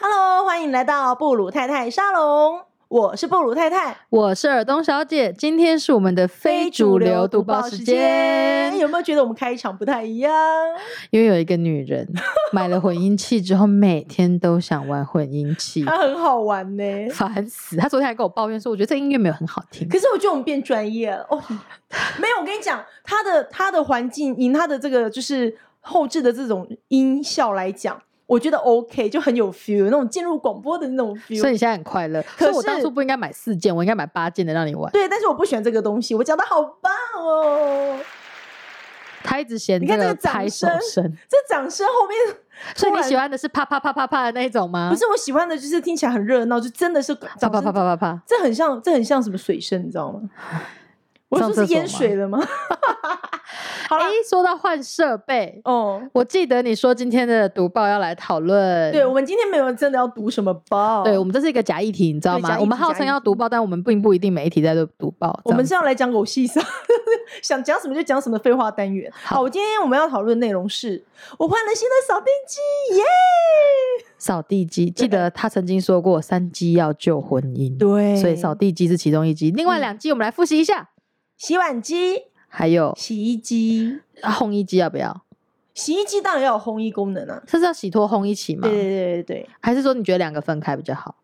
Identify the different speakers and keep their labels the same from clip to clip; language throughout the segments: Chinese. Speaker 1: Hello，欢迎来到布鲁太太沙龙，我是布鲁太太，
Speaker 2: 我是尔东小姐，今天是我们的非主流读报时间，
Speaker 1: 有没有觉得我们开场不太一样？
Speaker 2: 因为有一个女 人买了混音器之后，每天都想玩混 音器，
Speaker 1: 它很好玩呢、
Speaker 2: 烦死！她昨天还跟我抱怨说，我觉得这音乐没有很好 听。
Speaker 1: 可是我觉得我们变专业了哦，没有，我跟你讲，它的它的环境音，它的这个就是后置的这种音效来讲，我觉得 OK，就很有 feel，那种进入广播的那种
Speaker 2: 所以
Speaker 1: feel。
Speaker 2: 你现在很快乐，
Speaker 1: 可
Speaker 2: 所以我
Speaker 1: 是
Speaker 2: 当初不应该买四件，我应该买八件的让你玩。
Speaker 1: 对，但是我不喜欢这个东西，我讲的好棒哦！
Speaker 2: 她一直嫌
Speaker 1: 你看
Speaker 2: 这
Speaker 1: 这
Speaker 2: 个
Speaker 1: 个掌
Speaker 2: 拍手
Speaker 1: 声
Speaker 2: 声，
Speaker 1: 这掌声后面
Speaker 2: 所以
Speaker 1: 突
Speaker 2: 你
Speaker 1: 然
Speaker 2: 喜欢的是啪啪啪啪啪的那一种吗？
Speaker 1: 不是我喜欢的，就是听起来很热闹，就真的是
Speaker 2: 啪
Speaker 1: 掌
Speaker 2: 啪
Speaker 1: 声
Speaker 2: 啪啪啪啪。
Speaker 1: 这很像，这很像什么水声，你知道 吗？我
Speaker 2: 上
Speaker 1: 说是
Speaker 2: 厕所
Speaker 1: 淹水了吗？好啦
Speaker 2: 哎，说到换设备，
Speaker 1: 哦，
Speaker 2: 我记得你说今天的读报要来讨论，
Speaker 1: 对，我们今天没有真的要读什么报，
Speaker 2: 对，我们这是一个假议题，你知道
Speaker 1: 哦对假
Speaker 2: 吗？
Speaker 1: 议
Speaker 2: 我们
Speaker 1: 题
Speaker 2: 号
Speaker 1: 假
Speaker 2: 称
Speaker 1: 议
Speaker 2: 要
Speaker 1: 题
Speaker 2: 读报，但我们并不一定每一题在都读报。
Speaker 1: 我们
Speaker 2: 这
Speaker 1: 是
Speaker 2: 样
Speaker 1: 要来讲狗戏上， 想讲什么就讲什么废话单元。好，我今天我们要讨论的内容是，我换了新的扫地机，耶！
Speaker 2: 扫地机，记得他曾经说过三机要救婚姻，
Speaker 1: 对
Speaker 2: 所以扫地机是其中一机，另外
Speaker 1: 嗯
Speaker 2: 两机我们来复习一下，
Speaker 1: 洗碗机、
Speaker 2: 还有
Speaker 1: 洗衣机，
Speaker 2: 啊烘衣机要不要？
Speaker 1: 洗衣机当然要有烘衣功能啊。
Speaker 2: 这是要洗脱烘一起吗
Speaker 1: 对？对对对对，
Speaker 2: 还是说你觉得两个分开比较好？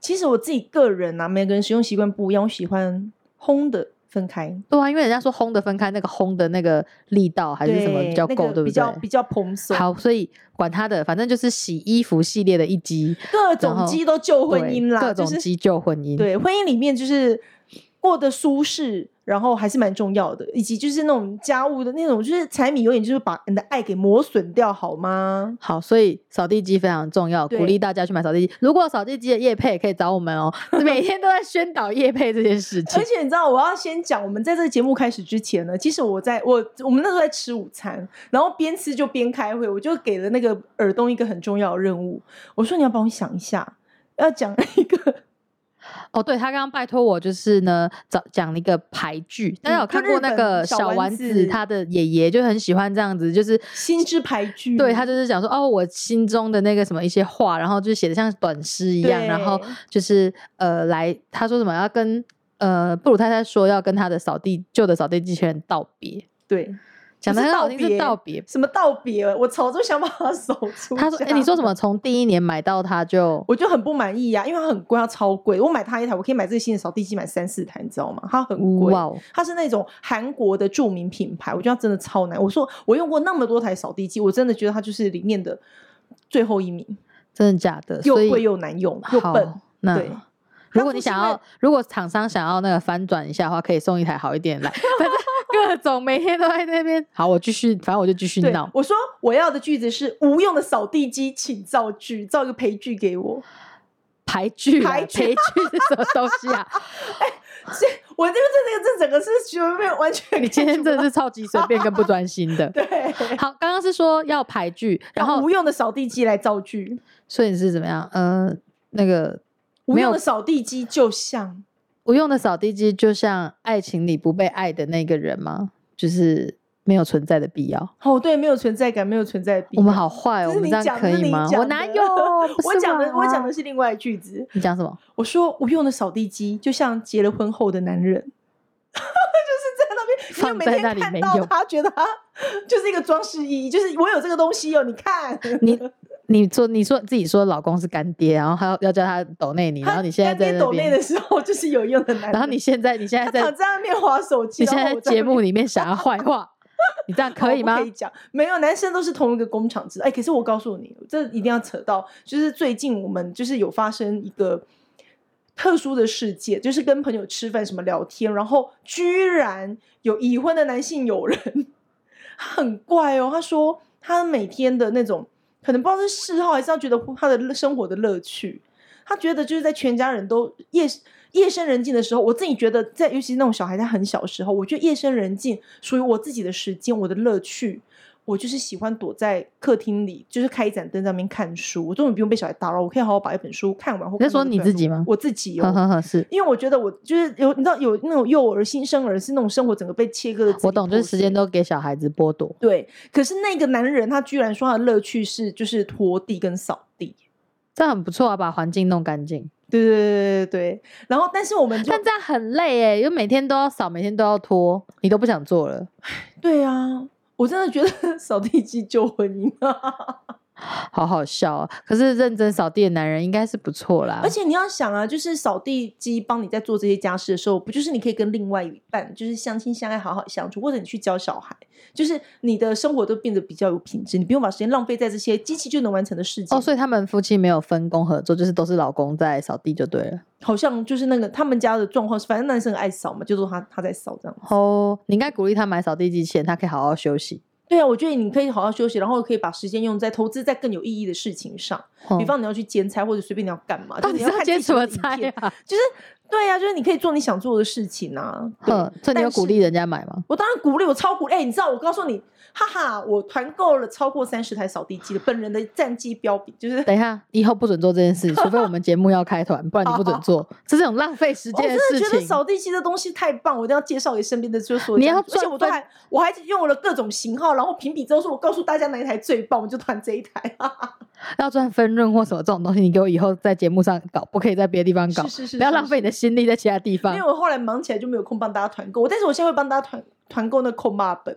Speaker 1: 其实我自己个人啊，每个人使用习惯不一样，我喜欢烘的分开。
Speaker 2: 对啊，因为人家说烘的分开，那个烘的那个力道还是什么
Speaker 1: 对
Speaker 2: 比较
Speaker 1: 那
Speaker 2: 够，
Speaker 1: 个
Speaker 2: 对不
Speaker 1: 比较
Speaker 2: 对？
Speaker 1: 比较蓬松，
Speaker 2: 好，所以管他的，反正就是洗衣服系列的一机，
Speaker 1: 各
Speaker 2: 后
Speaker 1: 种鸡都救婚
Speaker 2: 对
Speaker 1: 姻啦，
Speaker 2: 各种
Speaker 1: 就是
Speaker 2: 机救婚姻。
Speaker 1: 对婚姻里面就是过得舒适，然后还是蛮重要的，以及就是那种家务的那种，就是柴米油盐，就是把你的爱给磨损掉，好吗？
Speaker 2: 好，所以扫地机非常重要，
Speaker 1: 对
Speaker 2: 鼓励大家去买扫地机。如果有扫地机的业配可以找我们哦，每天都在宣导业配这件事情
Speaker 1: 而。且你知道，我要先讲，我们在这个节目开始之前呢，其实我在我我们那时候在吃午餐，然后边吃就边开会，我就给了那个耳东一个很重要的任务，我说你要帮我想一下，要讲一个
Speaker 2: 哦，对他刚刚拜托我，就是呢，找讲了一个牌剧，大家有
Speaker 1: 就
Speaker 2: 看过
Speaker 1: 嗯日
Speaker 2: 那
Speaker 1: 本
Speaker 2: 个
Speaker 1: 小
Speaker 2: 小
Speaker 1: 丸
Speaker 2: 丸
Speaker 1: 子
Speaker 2: 子，他的爷爷就很喜欢这样子，就是
Speaker 1: 心之牌局，
Speaker 2: 对他就是讲说，哦，我心中的那个什么一些话，然后就写的像短诗一样，然后
Speaker 1: 对
Speaker 2: 就是呃，来他说什么要跟呃布鲁太太说要跟他的扫地旧的扫地机器人道别，
Speaker 1: 对
Speaker 2: 讲的
Speaker 1: 不是
Speaker 2: 很好
Speaker 1: 道
Speaker 2: 听是
Speaker 1: 别
Speaker 2: 道别，
Speaker 1: 什么道别，我早就想把它手出。
Speaker 2: 他说：“哎、你说什么？？从第一年买到它就
Speaker 1: 我就很不满意呀、因为它很贵，它超贵。我买它一台，我可以买这个新的扫地机买三四台，你知道吗？它很贵，
Speaker 2: 哇哦，
Speaker 1: 它是那种韩国的著名品牌，我觉得它真的超难。我说我用过那么多台扫地机，我真的觉得它就是里面的最后一名，
Speaker 2: 真的假的？
Speaker 1: 又
Speaker 2: 所以
Speaker 1: 贵又难用又
Speaker 2: 好
Speaker 1: 笨。
Speaker 2: 那
Speaker 1: 对
Speaker 2: 如果
Speaker 1: 当初是
Speaker 2: 你想
Speaker 1: 因为
Speaker 2: 要，如果厂商想要那个翻转一下的话，可以送一台好一点来。反正各种每天都在那边。好，我继续，反正我就继续
Speaker 1: 对
Speaker 2: 闹，。
Speaker 1: 我说我要的句子是无用的扫地机，请造句，造一个陪句给我。
Speaker 2: 排剧、啊，
Speaker 1: 排
Speaker 2: 排
Speaker 1: 剧
Speaker 2: 剧是什么东西 啊？
Speaker 1: 所以我这个这个这整个是全面完全
Speaker 2: 你今天真的是超级随便跟不专心的。
Speaker 1: 对。
Speaker 2: 好，刚刚是说要排剧，
Speaker 1: 然
Speaker 2: 然
Speaker 1: 后
Speaker 2: 后
Speaker 1: 无用的扫地机来造句，
Speaker 2: 所以你是怎么样？呃，那个
Speaker 1: 无
Speaker 2: 没有
Speaker 1: 用的扫地机就像
Speaker 2: 无用的扫地机就像爱情里不被爱的那个人吗？就是没有存在的必要。
Speaker 1: 哦，对，没有存在感，没有存在的必要
Speaker 2: 我们好，坏
Speaker 1: 这
Speaker 2: 哦，我
Speaker 1: 是
Speaker 2: 们
Speaker 1: 你
Speaker 2: 这样
Speaker 1: 讲
Speaker 2: 可
Speaker 1: 这是
Speaker 2: 以
Speaker 1: 你
Speaker 2: 吗？
Speaker 1: 讲
Speaker 2: 我
Speaker 1: 的
Speaker 2: 哪有？不
Speaker 1: 我
Speaker 2: 是
Speaker 1: 讲的我讲
Speaker 2: 吧
Speaker 1: 的是另外一句子，
Speaker 2: 你讲什么？
Speaker 1: 我说无用的扫地机就像结了婚后的男人， 就是在那边，你
Speaker 2: 放
Speaker 1: 就每
Speaker 2: 在
Speaker 1: 天
Speaker 2: 那里
Speaker 1: 看
Speaker 2: 没
Speaker 1: 到
Speaker 2: 用
Speaker 1: 他，觉得他就是一个装饰意义，就是我有这个东西哦，你看，
Speaker 2: 你你说你说自己说老公是干爹，然后还要要叫他抖内你，然后你现在在
Speaker 1: 他
Speaker 2: 那
Speaker 1: 抖内
Speaker 2: 边，
Speaker 1: 的时候就是有用的男人，
Speaker 2: 然后你现在你现在
Speaker 1: 他
Speaker 2: 在
Speaker 1: 躺在那边划手机，
Speaker 2: 你现
Speaker 1: 然
Speaker 2: 在
Speaker 1: 后
Speaker 2: 在
Speaker 1: 我在
Speaker 2: 节
Speaker 1: 那
Speaker 2: 目里面想要 坏话，你这样可以
Speaker 1: 哦
Speaker 2: 吗
Speaker 1: 不可？以讲，没有，男生都是同一个工厂制。哎、可是我告诉你，这一定要扯到，就是最近我们就是有发生一个特殊的事件，就是跟朋友吃饭什么聊天，然后居然有已婚的男性友人，他很怪哦，他说他每天的那种可能不知道是嗜好，还是他觉得他的生活的乐趣，他觉得就是在全家人都夜夜深人静的时候，我自己觉得在，尤其是那种小孩在很小的时候，我觉得夜深人静属于我自己的时间，我的乐趣，我就是喜欢躲在客厅里，就是开一盏灯在那边看书，我终于不用被小孩打扰，我可以好好把一本书看完。或
Speaker 2: 你在
Speaker 1: 看完
Speaker 2: 说
Speaker 1: 这
Speaker 2: 你
Speaker 1: 本
Speaker 2: 自
Speaker 1: 书
Speaker 2: 己吗
Speaker 1: 我自己
Speaker 2: 呵
Speaker 1: 哦，
Speaker 2: 呵呵，是
Speaker 1: 因为我觉得我就是有，你知道有那种幼儿新生儿是那种生活整个被切割的，
Speaker 2: 我懂，就是时间
Speaker 1: 都。
Speaker 2: 都给小孩子剥夺。
Speaker 1: 对，可是那个男人他居然说他的乐趣是就是拖地跟扫地，
Speaker 2: 这很不错啊，把环境弄干净。
Speaker 1: 对对对对对。然后，但是我们就
Speaker 2: 但这样很累耶，因为每天都要扫，每天都要拖，你都不想做了。
Speaker 1: 对啊，我真的觉得 扫地机救婚姻啊！
Speaker 2: 好好笑啊！可是认真扫地的男人应该是不错啦，
Speaker 1: 而且你要想啊，就是扫地机帮你在做这些家事的时候，不就是你可以跟另外一半就是相亲相爱，好好相处，或者你去教小孩，就是你的生活都变得比较有品质，你不用把时间浪费在这些机器就能完成的事情。
Speaker 2: 哦，所以他们夫妻没有分工合作，就是都是老公在扫地就对了。
Speaker 1: 好像就是那个他们家的状况是，反正男生很爱扫嘛，就说他他在扫这样。
Speaker 2: 哦，你应该鼓励他买扫地机器人，他可以好好休息。
Speaker 1: 对啊，我觉得你可以好好休息，然后可以把时间用在投资在更有意义的事情上，比
Speaker 2: 嗯
Speaker 1: 方你要去兼差或者随便你要干嘛，就
Speaker 2: 到
Speaker 1: 是你
Speaker 2: 底是
Speaker 1: 要
Speaker 2: 要
Speaker 1: 看
Speaker 2: 接
Speaker 1: 地
Speaker 2: 什
Speaker 1: 球
Speaker 2: 么
Speaker 1: 的影
Speaker 2: 菜啊
Speaker 1: 片
Speaker 2: 呀？
Speaker 1: 就是对呀、就是你可以做你想做的事情啊。对
Speaker 2: 哼，所以你
Speaker 1: 但
Speaker 2: 有
Speaker 1: 是
Speaker 2: 鼓励人家买吗？
Speaker 1: 我当然鼓励，我超鼓励。哎、你知道我告诉你，哈哈，我团购了超过三十台扫地机的，本人的战绩标比就是。
Speaker 2: 等一下，以后不准做这件 事，除非我们节目要开团，不然你不准做，这是种浪费时
Speaker 1: 哦我
Speaker 2: 间
Speaker 1: 真的觉
Speaker 2: 事
Speaker 1: 得
Speaker 2: 情。
Speaker 1: 扫地机的东西太棒，我一定要介绍给身边的就是所有
Speaker 2: 你
Speaker 1: 家
Speaker 2: 要
Speaker 1: 族而且
Speaker 2: 赚
Speaker 1: 我都
Speaker 2: 翻
Speaker 1: 还我还用了各种型号，然后评比之后说，我告诉大家哪一台最棒，我就团这一台。啊
Speaker 2: 要赚分润或什么这种东西，你给我以后在节目上搞，不可以在别的地方搞，
Speaker 1: 是是是，
Speaker 2: 不要
Speaker 1: 是
Speaker 2: 浪费你的心力在其他地方
Speaker 1: 因为。我后来忙起来就没有空帮大家团购，但是我现在会帮大家团团购那扣骂本。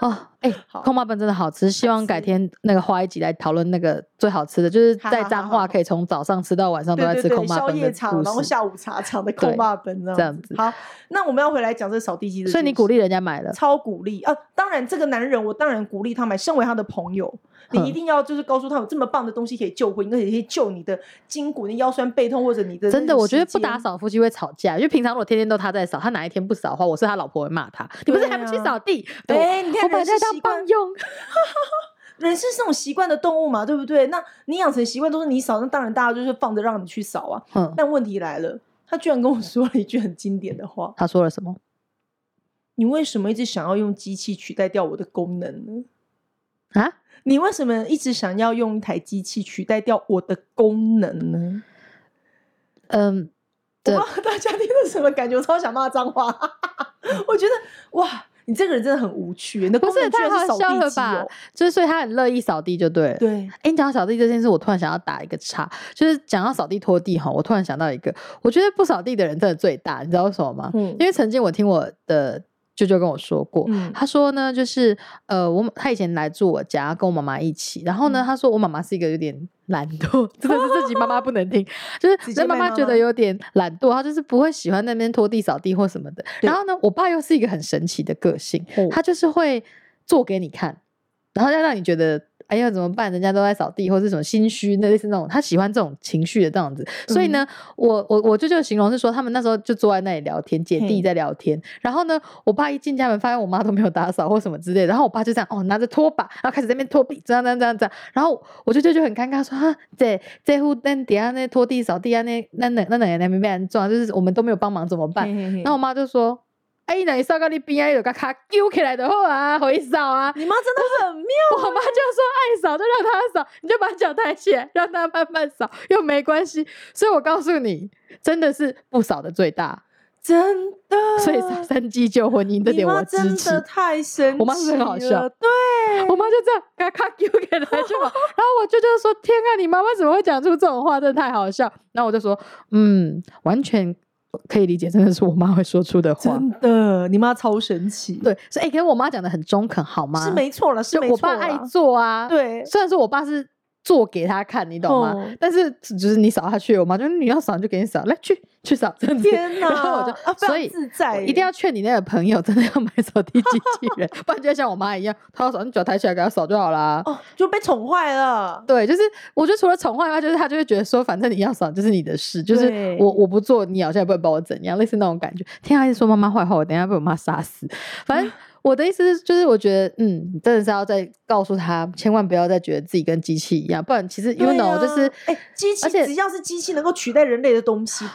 Speaker 2: 哦，哎、
Speaker 1: 好
Speaker 2: 空麻本真的好吃，希望
Speaker 1: 吃
Speaker 2: 改天那个花一集来讨论那个最好吃的，就是
Speaker 1: 好
Speaker 2: 在
Speaker 1: 好
Speaker 2: 彰
Speaker 1: 好
Speaker 2: 化
Speaker 1: 好
Speaker 2: 可以从早上吃到晚上哦都
Speaker 1: 对
Speaker 2: 在
Speaker 1: 对
Speaker 2: 吃
Speaker 1: 对，
Speaker 2: 空麻
Speaker 1: 宵
Speaker 2: 本的
Speaker 1: 夜场，然
Speaker 2: 故
Speaker 1: 后
Speaker 2: 事。
Speaker 1: 下午 茶场的扣
Speaker 2: 对
Speaker 1: 骂本
Speaker 2: 这
Speaker 1: 这
Speaker 2: 样子
Speaker 1: 好，那我们要回来讲这扫地机的，
Speaker 2: 所以你鼓励。人家买了，
Speaker 1: 超鼓励啊！当然，这个男人我当然鼓励他买。身为他的朋友，你
Speaker 2: 哼
Speaker 1: 一定要就是告诉他有这么棒的东西可以救婚，而且可以救你的筋骨、你腰酸背痛或者你的
Speaker 2: 真
Speaker 1: 那
Speaker 2: 的，
Speaker 1: 种
Speaker 2: 我觉得
Speaker 1: 时
Speaker 2: 不打
Speaker 1: 间
Speaker 2: 扫夫妻会吵架，因为平常如果天天都他在扫，他哪一天不扫的话，我是他老婆会骂他，你不是
Speaker 1: 对
Speaker 2: 还不去
Speaker 1: 啊
Speaker 2: 扫地？
Speaker 1: 对
Speaker 2: 我
Speaker 1: 你看
Speaker 2: 我把
Speaker 1: 人
Speaker 2: 它
Speaker 1: 是
Speaker 2: 当
Speaker 1: 习
Speaker 2: 棒
Speaker 1: 惯
Speaker 2: 用，
Speaker 1: 人是这种习惯的动物嘛，对不对？那你养成习惯都是你扫，那当然大家就是放着让你去扫啊。
Speaker 2: 嗯，
Speaker 1: 但问题来了，他居然跟我说了一句很经典的话
Speaker 2: 他说了什么？：“
Speaker 1: 你为什么一直想要用机器取代掉我的功能呢？
Speaker 2: 啊，
Speaker 1: 你为什么一直想要用一台机器取代掉我的功能呢？”
Speaker 2: 嗯，
Speaker 1: 我
Speaker 2: 对
Speaker 1: 不知道大家听了什么感觉，我超想骂脏 话。我觉得哇，你这个人真的很无趣，你的
Speaker 2: 不
Speaker 1: 功
Speaker 2: 是
Speaker 1: 能居然
Speaker 2: 太
Speaker 1: 是扫
Speaker 2: 好笑
Speaker 1: 地
Speaker 2: 了
Speaker 1: 机
Speaker 2: 吧
Speaker 1: 哦！？
Speaker 2: 就是所以他很乐意扫地就对了。
Speaker 1: 对，
Speaker 2: 哎、你讲到扫地这件事，我突然想要打一个岔，就是讲到扫地拖地哈，我突然想到一个，我觉得不扫地的人真的最大，你知道为什么吗？
Speaker 1: 嗯
Speaker 2: 因为曾经我听我的舅舅跟我说过，
Speaker 1: 嗯
Speaker 2: 他说呢，就是呃，我他以前来住我家，跟我妈妈一起，然后呢，
Speaker 1: 嗯
Speaker 2: 他说我妈妈是一个有点懒惰， 真的是自己妈妈不能听，就是
Speaker 1: 直接
Speaker 2: 那妈
Speaker 1: 卖
Speaker 2: 妈
Speaker 1: 妈
Speaker 2: 觉得
Speaker 1: 妈
Speaker 2: 有点懒惰，她就是不会喜欢那边拖地扫地或什么的。
Speaker 1: 对
Speaker 2: 然后呢，我爸又是一个很神奇的个性，
Speaker 1: 哦
Speaker 2: 他就是会做给你看，然后要让你觉得。哎呀，怎么办？人家都在扫地，或是什么心虚，那类似那种，他喜欢这种情绪的这样子。所以呢，我我我舅舅形容是说，他们那时候就坐在那里聊天，姐弟
Speaker 1: 嘿
Speaker 2: 在聊天。然后呢，我爸一进家门，发现我妈都没有打扫或什么之类的，然后我爸就这样哦，拿着拖把，然后开始在那边拖地，这样这样这样这样。然后我舅舅就很尴尬说啊，这这户那底下那拖地扫地啊，那那那那那那边被人撞，就是我们都没有帮忙怎么办？然
Speaker 1: 然
Speaker 2: 后我妈就说。哎，那你扫到你边啊，有个卡揪起来的话啊，回扫啊！
Speaker 1: 你妈真的很 妙，
Speaker 2: 我妈就说爱扫就让她扫，你就把脚抬起来，让她慢慢扫，又没关系。所以我告诉你，真的是不扫的最大，
Speaker 1: 真的。
Speaker 2: 所以三三鸡救婚姻这
Speaker 1: 啊你
Speaker 2: 点
Speaker 1: 妈
Speaker 2: 我
Speaker 1: 真
Speaker 2: 支
Speaker 1: 的
Speaker 2: 持。
Speaker 1: 太神奇了，
Speaker 2: 我妈是不是很好笑
Speaker 1: 对，
Speaker 2: 我妈就这样咔咔丢给她 就跑，然后我舅舅说：“天啊，你妈妈怎么会讲出这种话？真的太好笑。”然后我就说：“嗯，完全可以理解，真的是我妈会说出的话。
Speaker 1: 真的，你妈超神奇，，
Speaker 2: 对，所以哎、欸，可是我妈讲的很中肯，好吗？
Speaker 1: 是没错了，是
Speaker 2: 就
Speaker 1: 没
Speaker 2: 我
Speaker 1: 错
Speaker 2: 爸
Speaker 1: 啦。
Speaker 2: 爱做啊，
Speaker 1: 对，
Speaker 2: 虽然说我爸是做给他看，你懂吗？
Speaker 1: 哦
Speaker 2: 但是就是你扫下去，我妈就你要扫你就给你扫，来去去扫，这样子。
Speaker 1: 天哪，
Speaker 2: 然后我就
Speaker 1: 啊，非
Speaker 2: 所
Speaker 1: 常
Speaker 2: 以
Speaker 1: 自
Speaker 2: 我
Speaker 1: 在，
Speaker 2: 一定要劝你那个朋友真的要买扫地机器人， 不然就会像我妈一样，她要扫你脚抬起来给她扫就好啦。
Speaker 1: 哦，就被宠坏了，
Speaker 2: 对，就是我觉得除了宠坏以外，就是她就会觉得说，反正你要扫就是你的事，就是
Speaker 1: 对
Speaker 2: 我我不做，你好像也不会把我怎样，类似那种感觉。天啊，一直说妈妈坏话，我等一下被我妈杀死。反
Speaker 1: 啊
Speaker 2: 正我的意思是，就是我觉得，嗯，真的是要再告诉她，千万不要再觉得自己跟机器一样，不然其实 you
Speaker 1: 对
Speaker 2: know、
Speaker 1: 啊
Speaker 2: 就是
Speaker 1: 哎，机器
Speaker 2: 而且
Speaker 1: 只要是机器能够取代人类的东西，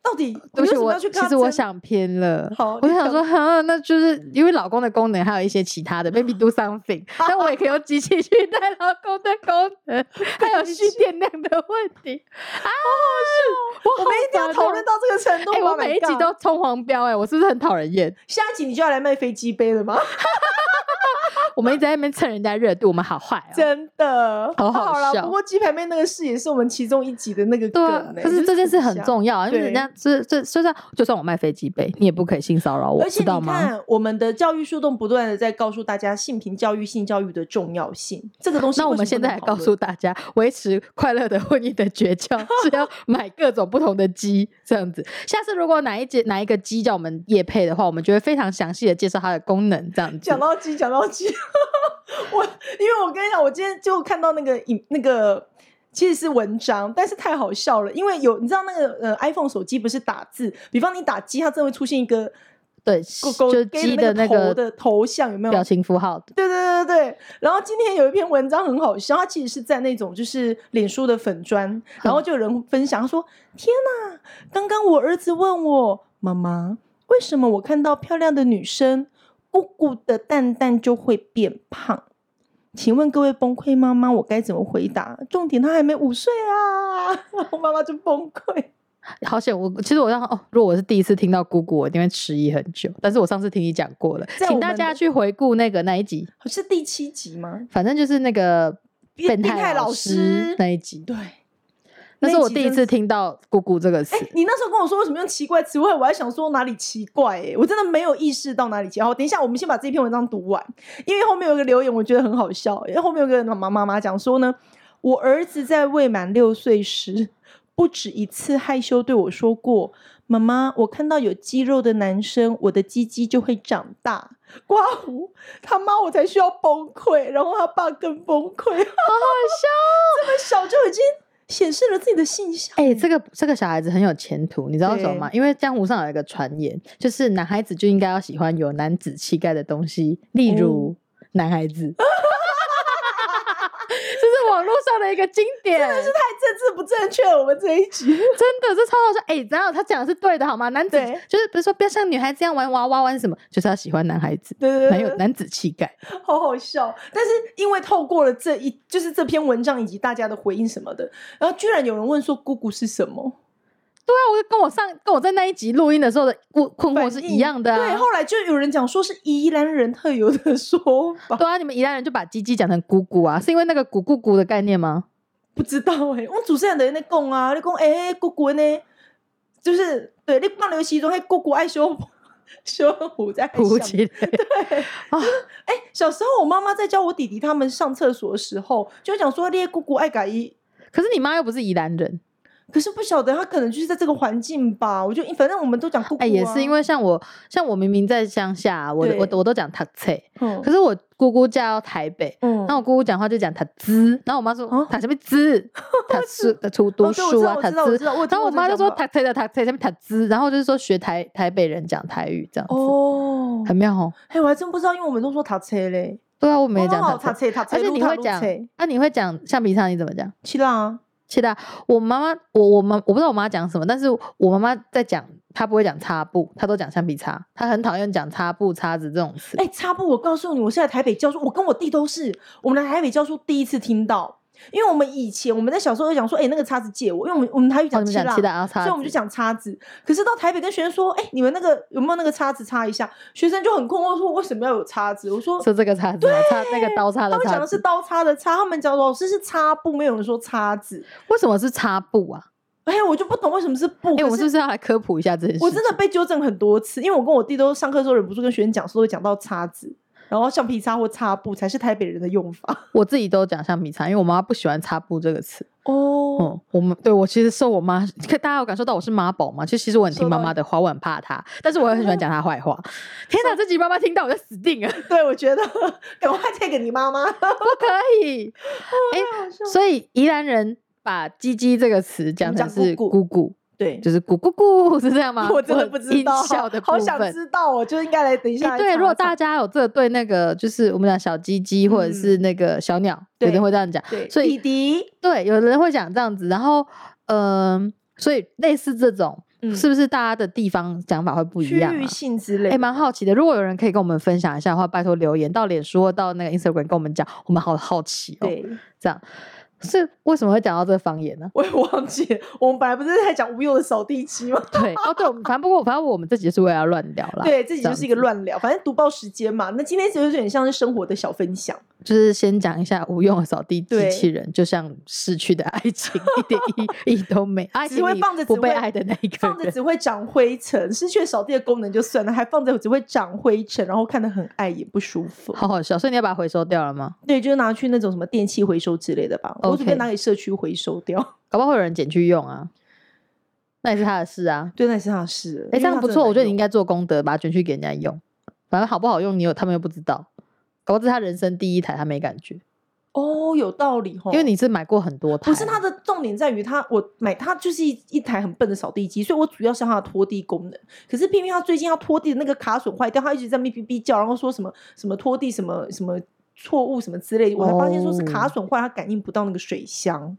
Speaker 1: 到底
Speaker 2: 对不
Speaker 1: 你为
Speaker 2: 起，
Speaker 1: 什么
Speaker 2: 我
Speaker 1: 要去跟
Speaker 2: 其
Speaker 1: 他
Speaker 2: 实我
Speaker 1: 争
Speaker 2: 想偏了。
Speaker 1: 好
Speaker 2: 我
Speaker 1: 你
Speaker 2: 想
Speaker 1: 想
Speaker 2: 说，哈，那就是因为老公的功能还有一些其他的，maybe do something，但我也可以用机器去带老公的功 能，还有蓄电量的问题啊！好
Speaker 1: 我们一定要
Speaker 2: 烦
Speaker 1: 讨
Speaker 2: 哦
Speaker 1: 论到这个 程度。
Speaker 2: 哎、我
Speaker 1: Oh my
Speaker 2: 每一集
Speaker 1: God
Speaker 2: 都冲黄标、哎，我是不是很讨人厌？
Speaker 1: 下一集你就要来卖飞机杯了吗？
Speaker 2: 我们一直在那边蹭人家热度，我们好坏哦、
Speaker 1: 真的，
Speaker 2: 好好
Speaker 1: 好啦
Speaker 2: 笑
Speaker 1: 不过鸡排妹那个事也是我们其中一集的那个
Speaker 2: 对
Speaker 1: 梗、
Speaker 2: 啊
Speaker 1: 欸，，
Speaker 2: 可是这件事很
Speaker 1: 像。
Speaker 2: 重要啊，因为人
Speaker 1: 对
Speaker 2: 家这这就算就算我卖飞机杯，你也不可以性骚扰我，
Speaker 1: 而且
Speaker 2: 知道
Speaker 1: 你
Speaker 2: 吗？
Speaker 1: 看，我啊们的教育树洞不断的在告诉大家性平教育、性教育的重要性，这个东西
Speaker 2: 那我
Speaker 1: 为
Speaker 2: 们
Speaker 1: 什
Speaker 2: 现
Speaker 1: 么不
Speaker 2: 在来
Speaker 1: 能讨
Speaker 2: 告
Speaker 1: 论
Speaker 2: 诉大家，维持快乐的婚姻的诀窍是 要买各种不同的鸡，这样子。下次如果哪一节哪一个鸡叫我们夜配的话，我们就会非常详细的介绍它的功能，这样子
Speaker 1: 讲。到鸡，讲到鸡， 我因为我跟你讲，我今天就看到那个影那个。其实是文章，但是太好笑了，因为有你知道那个呃 iPhone 手机不是打字，比方你打鸡，它真的会出现一个
Speaker 2: 对，
Speaker 1: 狗狗
Speaker 2: 就
Speaker 1: 给
Speaker 2: 鸡
Speaker 1: 的
Speaker 2: 那
Speaker 1: 那个头
Speaker 2: 个
Speaker 1: 的头像有没有
Speaker 2: 表情符号？
Speaker 1: 对对对对对。然后今天有一篇文章很好笑，它其实是在那种就是脸书的粉砖，然
Speaker 2: 嗯
Speaker 1: 后就有人分享他说：“天哪，刚刚我儿子问我妈妈，为什么我看到漂亮的女生，鼓鼓的蛋蛋就会变胖？”请问各位崩溃妈妈，我该怎么回答？重点她还没五岁啊，然后妈妈就崩溃。
Speaker 2: 好险！我其实我让哦，如果我是第一次听到姑姑，我一定会迟疑很久。但是我上次听你讲过了，
Speaker 1: 在
Speaker 2: 请
Speaker 1: 我
Speaker 2: 大
Speaker 1: 们
Speaker 2: 家
Speaker 1: 的
Speaker 2: 去回顾那个那一集，
Speaker 1: 是第七集吗？
Speaker 2: 反正就是那个
Speaker 1: 变
Speaker 2: 变
Speaker 1: 变
Speaker 2: 态
Speaker 1: 态老
Speaker 2: 师
Speaker 1: 师
Speaker 2: 那一集。
Speaker 1: 对，
Speaker 2: 那是
Speaker 1: 一
Speaker 2: 我
Speaker 1: 集
Speaker 2: 第一
Speaker 1: 真
Speaker 2: 次听到“姑姑”这个词
Speaker 1: 哎、。你那时候跟我说为什么用奇怪词汇，我还想说哪里奇怪哎、我真的没有意识到哪里奇怪。好，等一下我们先把这篇文章读完，因为后面有一个留言我觉得很好笑，欸因为后面有个妈妈妈妈讲说呢，我儿子在未满六岁时，不止一次害羞对我说过。妈妈，我看到有肌肉的男生，我的鸡鸡就会长大。刮胡，他妈我才需要崩溃，然后他爸更崩溃，好好笑、哦 这么小就已经显示了自己的性向。
Speaker 2: 哎、这个这个小孩子很有前途，你知道为什么
Speaker 1: 对
Speaker 2: 吗？因为江湖上有一个传言，就是男孩子就应该要喜欢有男子气概的东西，例
Speaker 1: 哦
Speaker 2: 如男孩子。 这是网络上的一个经 典，真的
Speaker 1: 太政治不正确了，我们这一 集
Speaker 2: 这超好笑。哎、然后他讲的是对的，好吗？男子
Speaker 1: 对
Speaker 2: 就是不是说不要像女孩子一样玩娃娃玩什么，就是要喜欢男孩子，
Speaker 1: 对对对
Speaker 2: 男有
Speaker 1: 对
Speaker 2: 男子气概。
Speaker 1: 好好笑。但是因为透过了这一，就是这篇文章以及大家的回应什么的，然后居然有人问说“姑姑”是什么，
Speaker 2: 对啊，我就跟我上跟我在那一集录音的时候的困困惑是
Speaker 1: 反
Speaker 2: 一
Speaker 1: 应
Speaker 2: 样的、啊。
Speaker 1: 对，后来就有人讲说是宜兰人特有的说法，
Speaker 2: 对啊，你们宜兰人就把鸡鸡讲成姑姑啊，是因为那个咕咕咕的概念吗？
Speaker 1: 不知道哎、我主持人在那讲啊，你讲哎、欸，姑姑呢，就是对你放流西装，嘿，姑姑爱修 修虎在
Speaker 2: 姑
Speaker 1: 想
Speaker 2: 鸡，
Speaker 1: 哎、小时候我妈妈在教我弟弟他们上厕所的时候，就讲说你的姑姑爱改衣。
Speaker 2: 可是你妈又不是宜兰人，
Speaker 1: 可是不晓得他可能就是在这个环境吧，我就反正我们都讲姑姑、啊，
Speaker 2: 哎、也是因为像我，像我明明在乡下啊、我
Speaker 1: 对
Speaker 2: 我我都讲塔菜，
Speaker 1: 嗯，
Speaker 2: 可是我姑姑嫁到台北，
Speaker 1: 嗯
Speaker 2: 那我姑姑讲话就讲塔兹，然后我妈说
Speaker 1: 啊
Speaker 2: 塔什么 兹，塔苏的出读
Speaker 1: 哦对我
Speaker 2: 书
Speaker 1: 知
Speaker 2: 啊
Speaker 1: 道，我
Speaker 2: 塔
Speaker 1: 知道我
Speaker 2: 兹
Speaker 1: 知道我有，听
Speaker 2: 然后
Speaker 1: 过
Speaker 2: 我
Speaker 1: 这
Speaker 2: 妈
Speaker 1: 个
Speaker 2: 就说
Speaker 1: 讲
Speaker 2: 塔菜的塔菜什么塔兹，然后就是说学台台北人讲台语这样子，
Speaker 1: 哦，
Speaker 2: 很妙哦。
Speaker 1: 哎、我还真不知道，因为我们都说塔车嘞，
Speaker 2: 对啊，我们也
Speaker 1: 哦
Speaker 2: 讲塔
Speaker 1: 塔
Speaker 2: 菜，
Speaker 1: 车塔车，
Speaker 2: 而且
Speaker 1: 撸
Speaker 2: 你
Speaker 1: 塔
Speaker 2: 会
Speaker 1: 撸
Speaker 2: 讲
Speaker 1: 车，
Speaker 2: 啊，你会讲橡皮擦，你怎么讲？
Speaker 1: 七啦，
Speaker 2: 是的，我妈妈，我我妈，我不知道我妈讲什么，但是我妈妈在讲，她不会讲擦布，她都讲橡皮擦，她很讨厌讲擦布、擦子这种词。
Speaker 1: 哎、差不，我告诉你，我是在台北教书，我跟我弟都是，我们来台北教书第一次听到，因为我们以前我们在小时候就讲说，哎、那个叉子借我，因为我们我们台语
Speaker 2: 哦
Speaker 1: 讲
Speaker 2: 你
Speaker 1: 七
Speaker 2: 们
Speaker 1: 啦
Speaker 2: 讲，七的啊，擦
Speaker 1: 所
Speaker 2: 子，
Speaker 1: 以我们就讲叉子。可是到台北跟学生说，哎、你们那个有没有那个叉子擦一下？学生就很困惑说，为什么要有叉子？我说
Speaker 2: 说这个擦子、啊，擦那个刀叉
Speaker 1: 他
Speaker 2: 的
Speaker 1: 们讲
Speaker 2: 擦
Speaker 1: 的是
Speaker 2: 子，
Speaker 1: 刀叉的叉，他们讲老师是擦布，没有人说叉子。
Speaker 2: 为什么是擦布啊？
Speaker 1: 哎、我就不懂为什么是布。
Speaker 2: 哎、
Speaker 1: 可
Speaker 2: 我们是不
Speaker 1: 是
Speaker 2: 是要来科普一下这件事？
Speaker 1: 我真的，被纠正很多次，因为我跟我弟都上课的时候忍不住跟学生讲说，都会讲到叉子，然后橡皮擦或擦布才是台北人的用法。
Speaker 2: 我自己都讲橡皮擦，因为我妈妈不喜欢擦布这个词。
Speaker 1: 哦，
Speaker 2: 嗯，我们对我其实受我妈，可大家有感受到我是妈宝嘛？其实其实我很听
Speaker 1: 受
Speaker 2: 妈
Speaker 1: 到
Speaker 2: 妈的话，我很怕她，但是我也很喜欢讲她坏话。 天哪，这集妈妈听到我就死定了，
Speaker 1: 对，我觉得赶快借给你妈妈。
Speaker 2: 不可以。
Speaker 1: 太
Speaker 2: 哎
Speaker 1: 好笑了
Speaker 2: 所以宜兰人把“鸡鸡”这个词讲成是“
Speaker 1: 讲咕咕
Speaker 2: 咕咕
Speaker 1: 对”，。
Speaker 2: 就是“咕咕咕”是这样吗？
Speaker 1: 我真的不知道
Speaker 2: 音效的，部
Speaker 1: 好
Speaker 2: 分。
Speaker 1: 想知道哦，就应该来等一下
Speaker 2: 诶
Speaker 1: 来查一查。
Speaker 2: 对，如果大家有这个对那个，就是我们讲小鸡鸡或者是那个小鸟，有人
Speaker 1: 嗯对
Speaker 2: 会这样讲，
Speaker 1: 对
Speaker 2: 所
Speaker 1: 弟
Speaker 2: 以
Speaker 1: 弟
Speaker 2: 对，有人会讲这样子，然后嗯、呃所以类似这种
Speaker 1: 嗯
Speaker 2: 是不是大家的地方讲法会不一
Speaker 1: 区
Speaker 2: 样、啊
Speaker 1: 域？性之类
Speaker 2: 哎、
Speaker 1: 的，
Speaker 2: 蛮好奇的。如果有人可以跟我们分享一下的话，拜托留言到脸书或到那个 Instagram 跟我们讲，我们好好奇哦。
Speaker 1: 对，？
Speaker 2: 这样是为什么会讲到这个方言呢
Speaker 1: 我也忘记了，我们本来不是在讲无用的扫地机吗？
Speaker 2: 对， 哦，对，我们反正不过反正我们这集是为了乱聊啦，
Speaker 1: 对，自己
Speaker 2: 这
Speaker 1: 就
Speaker 2: 样
Speaker 1: 是一个
Speaker 2: 子，
Speaker 1: 乱聊，反正读报时间嘛。那今天其实有点像是生活的小分享，
Speaker 2: 就是先讲一下无用的扫地机
Speaker 1: 对
Speaker 2: 器人，就像逝去的爱情，一点意义都 没，爱
Speaker 1: 只
Speaker 2: 情
Speaker 1: 会
Speaker 2: 里
Speaker 1: 放着
Speaker 2: 不
Speaker 1: 只
Speaker 2: 被
Speaker 1: 会
Speaker 2: 爱的那一个
Speaker 1: 放着
Speaker 2: 人。
Speaker 1: 只会长灰尘，失去了扫地的功能就算了，还放着只会长灰尘，然后看得很碍眼，不舒服。
Speaker 2: 好好笑，所以你要把它回收掉了吗？
Speaker 1: 对，就是拿去那种什么电器回收之类的吧我
Speaker 2: OK
Speaker 1: 准备拿给社区回收掉。
Speaker 2: 搞不好会有人捡去用啊，那也是他的事啊。
Speaker 1: 对，那也是他的事。
Speaker 2: 哎、这样不错，我觉得你应
Speaker 1: 该
Speaker 2: 该做功德，把它捐去给人家用。反正好不好用，你有他们又不知道。搞不好这是他人生第一台，他没感觉，
Speaker 1: 哦，有道理哦，
Speaker 2: 因为你是买过很多台。
Speaker 1: 不是它的重点在于它，我买它就是一一台很笨的扫地机，所以我主要是它的拖地功能。可是偏偏它最近要拖地的那个卡榫坏掉，它一直在咪哔哔叫，然后说什么什么拖地什么什么错误什么之类的，我才发现说是卡榫坏，它感应不到那个水箱，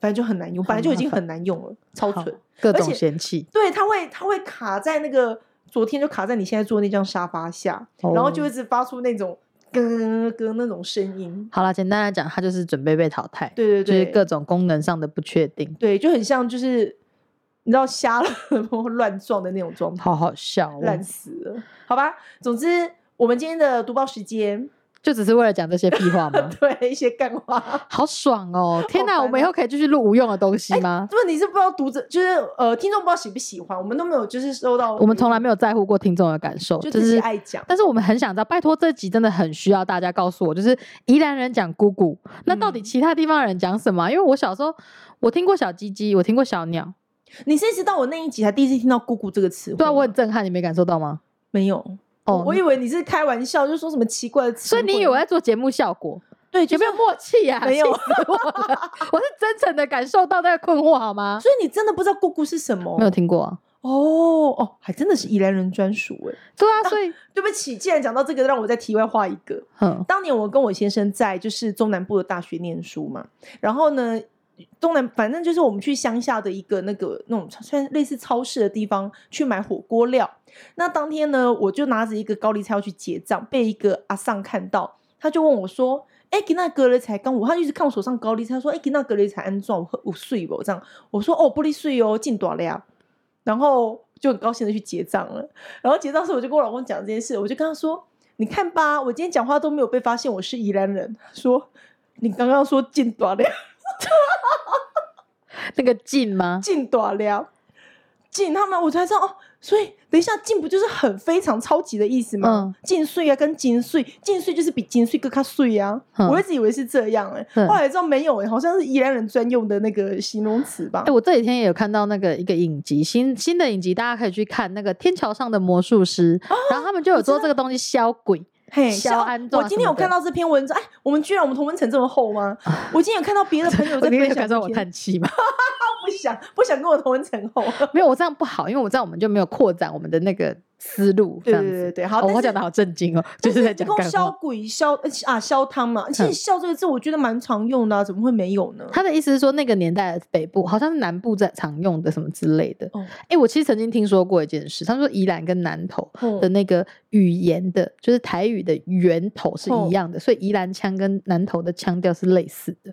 Speaker 1: 反正就很难用，本来就已经很难用了，超
Speaker 2: 好
Speaker 1: 蠢。
Speaker 2: 各
Speaker 1: 而
Speaker 2: 种
Speaker 1: 且
Speaker 2: 嫌弃，
Speaker 1: 对，它会它会卡在那个昨天就卡在你现在坐的那张沙发下，然后就
Speaker 2: 哦
Speaker 1: 一直发出那种咯咯咯那种声音。
Speaker 2: 好啦，简单来讲，它就是准备被淘汰，
Speaker 1: 对对
Speaker 2: 就是
Speaker 1: 对，
Speaker 2: 各种功能上的不确定，
Speaker 1: 对，就很像就是你知道瞎了乱撞的那种状态，
Speaker 2: 好好笑、哦，
Speaker 1: 烂死了，好吧。总之，我们今天的读报时间，
Speaker 2: 就只是为了讲这些屁话吗？
Speaker 1: 对一些干话。
Speaker 2: 好爽哦！天哪，
Speaker 1: 好
Speaker 2: 我
Speaker 1: 烦
Speaker 2: 们以
Speaker 1: 哦
Speaker 2: 后可以继续录无用的东西吗？
Speaker 1: 问题是不知道读者就是呃听众不知道喜不喜欢，我们都没有就是收到，
Speaker 2: 我们从来没有在乎过听众的感受，
Speaker 1: 哦就
Speaker 2: 就
Speaker 1: 自己
Speaker 2: 是
Speaker 1: 爱讲
Speaker 2: 但是我们很想知道，拜托这集真的很需要大家告诉我，就是宜兰人讲姑姑，那到底
Speaker 1: 嗯
Speaker 2: 其他地方人讲什么啊、因为我小时候我听过小鸡鸡，我听过小鸟，
Speaker 1: 你是一直到我那一集才第一次听到“姑姑”这个词汇吗，
Speaker 2: 对啊，我很震撼，你没感受到吗？
Speaker 1: 没有
Speaker 2: 哦
Speaker 1: 我我以为你是开玩笑，就说什么奇怪的词，
Speaker 2: 所以你以为我在做节目效果，
Speaker 1: 对，就
Speaker 2: 有
Speaker 1: 是
Speaker 2: 没有默契呀、啊？
Speaker 1: 没有
Speaker 2: 气死我了！我是真诚的感受到那个困惑，好 吗？
Speaker 1: 所以你真的不知道“姑姑”是什么？
Speaker 2: 没有听过啊。
Speaker 1: 哦哦，还真的是宜兰人专属哎。
Speaker 2: 对啊，所以
Speaker 1: 对不起，既然讲到这个，让我再题外话一个。
Speaker 2: 嗯，
Speaker 1: 当年我跟我先生在就是中南部的大学念书嘛，然后呢，中南反正就是我们去乡下的一个那个那种算类似超市的地方去买火锅料。那当天呢，我就拿着一个高丽菜要去结账，被一个阿桑看到，他就问我说：“哎、给那格雷才刚我，他就一直看我手上高丽菜，他说：‘哎、给那格雷才安装我喝我碎不？’这样我说：‘哦，玻璃碎哦，进多了呀。’然后就很高兴的去结账了。然后结账时，我就跟我老公讲这件事，我就跟他说：“你看吧，我今天讲话都没有被发现我是宜兰人。”他说：“你刚刚说进短了，
Speaker 2: 那个近吗？
Speaker 1: 进短了，进他们，我才知道哦。所以等一下进不就是很非常超级的意思
Speaker 2: 嗯
Speaker 1: 吗？进碎啊，跟金碎，进碎就是比金碎更卡碎啊。
Speaker 2: 嗯
Speaker 1: 我一直以为是这样哎、
Speaker 2: 嗯
Speaker 1: 后来知道没有哎、好像是宜兰人专用的那个形容词吧
Speaker 2: 哎、。我这几天也有看到那个一个影集，新新的影集，大家可以去看那个《天桥上的魔术师》
Speaker 1: 哦
Speaker 2: 然后他们就有做这个东西销鬼，
Speaker 1: 嘿，
Speaker 2: 肖
Speaker 1: 像
Speaker 2: 安壮
Speaker 1: 我今天
Speaker 2: 什么
Speaker 1: 有
Speaker 2: 的啊
Speaker 1: 看到这篇文章，哎，我们居然我们同文层这么厚吗？我今天有看到别的朋友
Speaker 2: 我
Speaker 1: 在
Speaker 2: 今
Speaker 1: 分
Speaker 2: 天
Speaker 1: 享这
Speaker 2: 有感受我
Speaker 1: 篇
Speaker 2: 叹气吗？
Speaker 1: 不想不想跟我同文层后。
Speaker 2: 没有，我这样不好，因为我这样我们就没有扩展我们的那个思路，这
Speaker 1: 对
Speaker 2: 样
Speaker 1: 对
Speaker 2: 子。
Speaker 1: 对对，好，
Speaker 2: 哦
Speaker 1: 但
Speaker 2: 我
Speaker 1: 是
Speaker 2: 讲的好震惊哦，就是在讲
Speaker 1: 跟
Speaker 2: 干
Speaker 1: 消
Speaker 2: 话。
Speaker 1: 鬼消呃啊消汤嘛，其实“消”这个字我觉得蛮常用的、啊，怎么会没有呢？
Speaker 2: 他的意思是说，那个年代的北部好像是南部在常用的什么之类的。
Speaker 1: 哦
Speaker 2: 哎、我其实曾经听说过一件事，他说宜兰跟南投的
Speaker 1: 嗯
Speaker 2: 那个语言的，就是台语的源头是一
Speaker 1: 哦
Speaker 2: 样的，所以宜兰腔跟南投的腔调是类似的。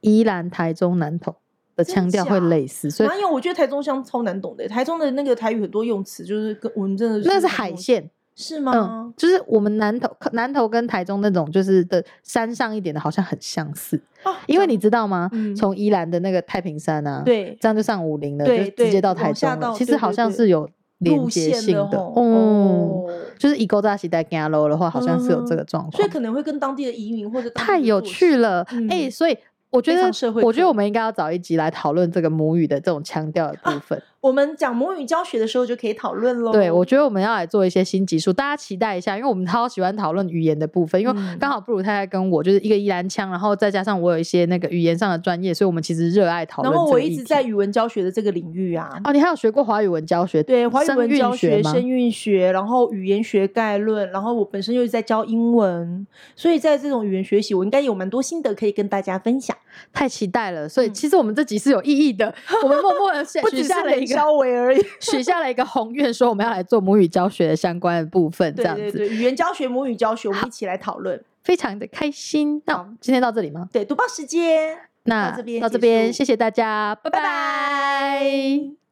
Speaker 2: 宜兰、台中、南投的
Speaker 1: 真
Speaker 2: 腔调会
Speaker 1: 假
Speaker 2: 类似，所以
Speaker 1: 哪有？我觉得台中乡超难懂的，台中的那个台语很多用词就是跟我们真的
Speaker 2: 那是
Speaker 1: 是
Speaker 2: 海线，
Speaker 1: 是吗
Speaker 2: 嗯？，就是我们南投南投跟台中那种，就是的山上一点的，好像很相似。
Speaker 1: 啊
Speaker 2: 因为你知道吗？
Speaker 1: 嗯
Speaker 2: 从宜兰的那个太平山啊，，
Speaker 1: 对
Speaker 2: 这样就上武陵了，就
Speaker 1: 对
Speaker 2: 是直接
Speaker 1: 对
Speaker 2: 到台
Speaker 1: 往
Speaker 2: 中
Speaker 1: 下
Speaker 2: 了。
Speaker 1: 到
Speaker 2: 其实
Speaker 1: 对
Speaker 2: 好
Speaker 1: 对
Speaker 2: 像
Speaker 1: 对
Speaker 2: 是有连
Speaker 1: 路
Speaker 2: 接
Speaker 1: 线
Speaker 2: 性
Speaker 1: 的
Speaker 2: 的，
Speaker 1: 吼
Speaker 2: 哦，
Speaker 1: 哦
Speaker 2: 就是以勾扎西带加楼的话，好像是有这
Speaker 1: 嗯
Speaker 2: 个状况，
Speaker 1: 所以可能会跟当地的移民或者当地
Speaker 2: 太
Speaker 1: 的
Speaker 2: 有
Speaker 1: 作息
Speaker 2: 趣了，哎、
Speaker 1: 嗯
Speaker 2: 所以。我觉
Speaker 1: 非
Speaker 2: 得
Speaker 1: 常社，会
Speaker 2: 我觉得
Speaker 1: 课
Speaker 2: 我们应该要找一集来讨论这个母语的这种腔调的 部分。
Speaker 1: 我们讲母语教学的时候就可以讨论喽。
Speaker 2: 对，我觉得我们要来做一些新集数，大家期待一下，因为我们超喜欢讨论语言的部分，因为
Speaker 1: 嗯
Speaker 2: 刚好布鲁太太跟我就是一个宜兰腔，然后再加上我有一些那个语言上的专业，所以我们其实热爱讨
Speaker 1: 然
Speaker 2: 论。
Speaker 1: 后我一直在语文教学的这个领域啊，
Speaker 2: 哦，你还有学过华语文教学，
Speaker 1: 对华语
Speaker 2: 声
Speaker 1: 文
Speaker 2: 韵
Speaker 1: 教学、
Speaker 2: 吗？
Speaker 1: 声韵学，然后语言学概论，然后我本身又是在教英文，所以在这种语言学习，我应该有蛮多心得可以跟大家分享。
Speaker 2: 太期待了。所以其实我们这集是有意 义的，我们默默的
Speaker 1: 嗯不
Speaker 2: 许
Speaker 1: 只
Speaker 2: 下
Speaker 1: 是
Speaker 2: 了
Speaker 1: 冷
Speaker 2: 一个
Speaker 1: 消维而已。
Speaker 2: 许下了一个宏愿，说我们要来做母语教学相关的部分，这
Speaker 1: 对
Speaker 2: 样
Speaker 1: 对
Speaker 2: 子
Speaker 1: 对，语言教学、母语教学，我们一起来讨论。
Speaker 2: 非常的开心。那我们今天到这里吗？
Speaker 1: 对，读报时间。
Speaker 2: 那
Speaker 1: 这边
Speaker 2: 到这
Speaker 1: 结
Speaker 2: 边，
Speaker 1: 束
Speaker 2: 谢谢大家，拜
Speaker 1: 拜
Speaker 2: 拜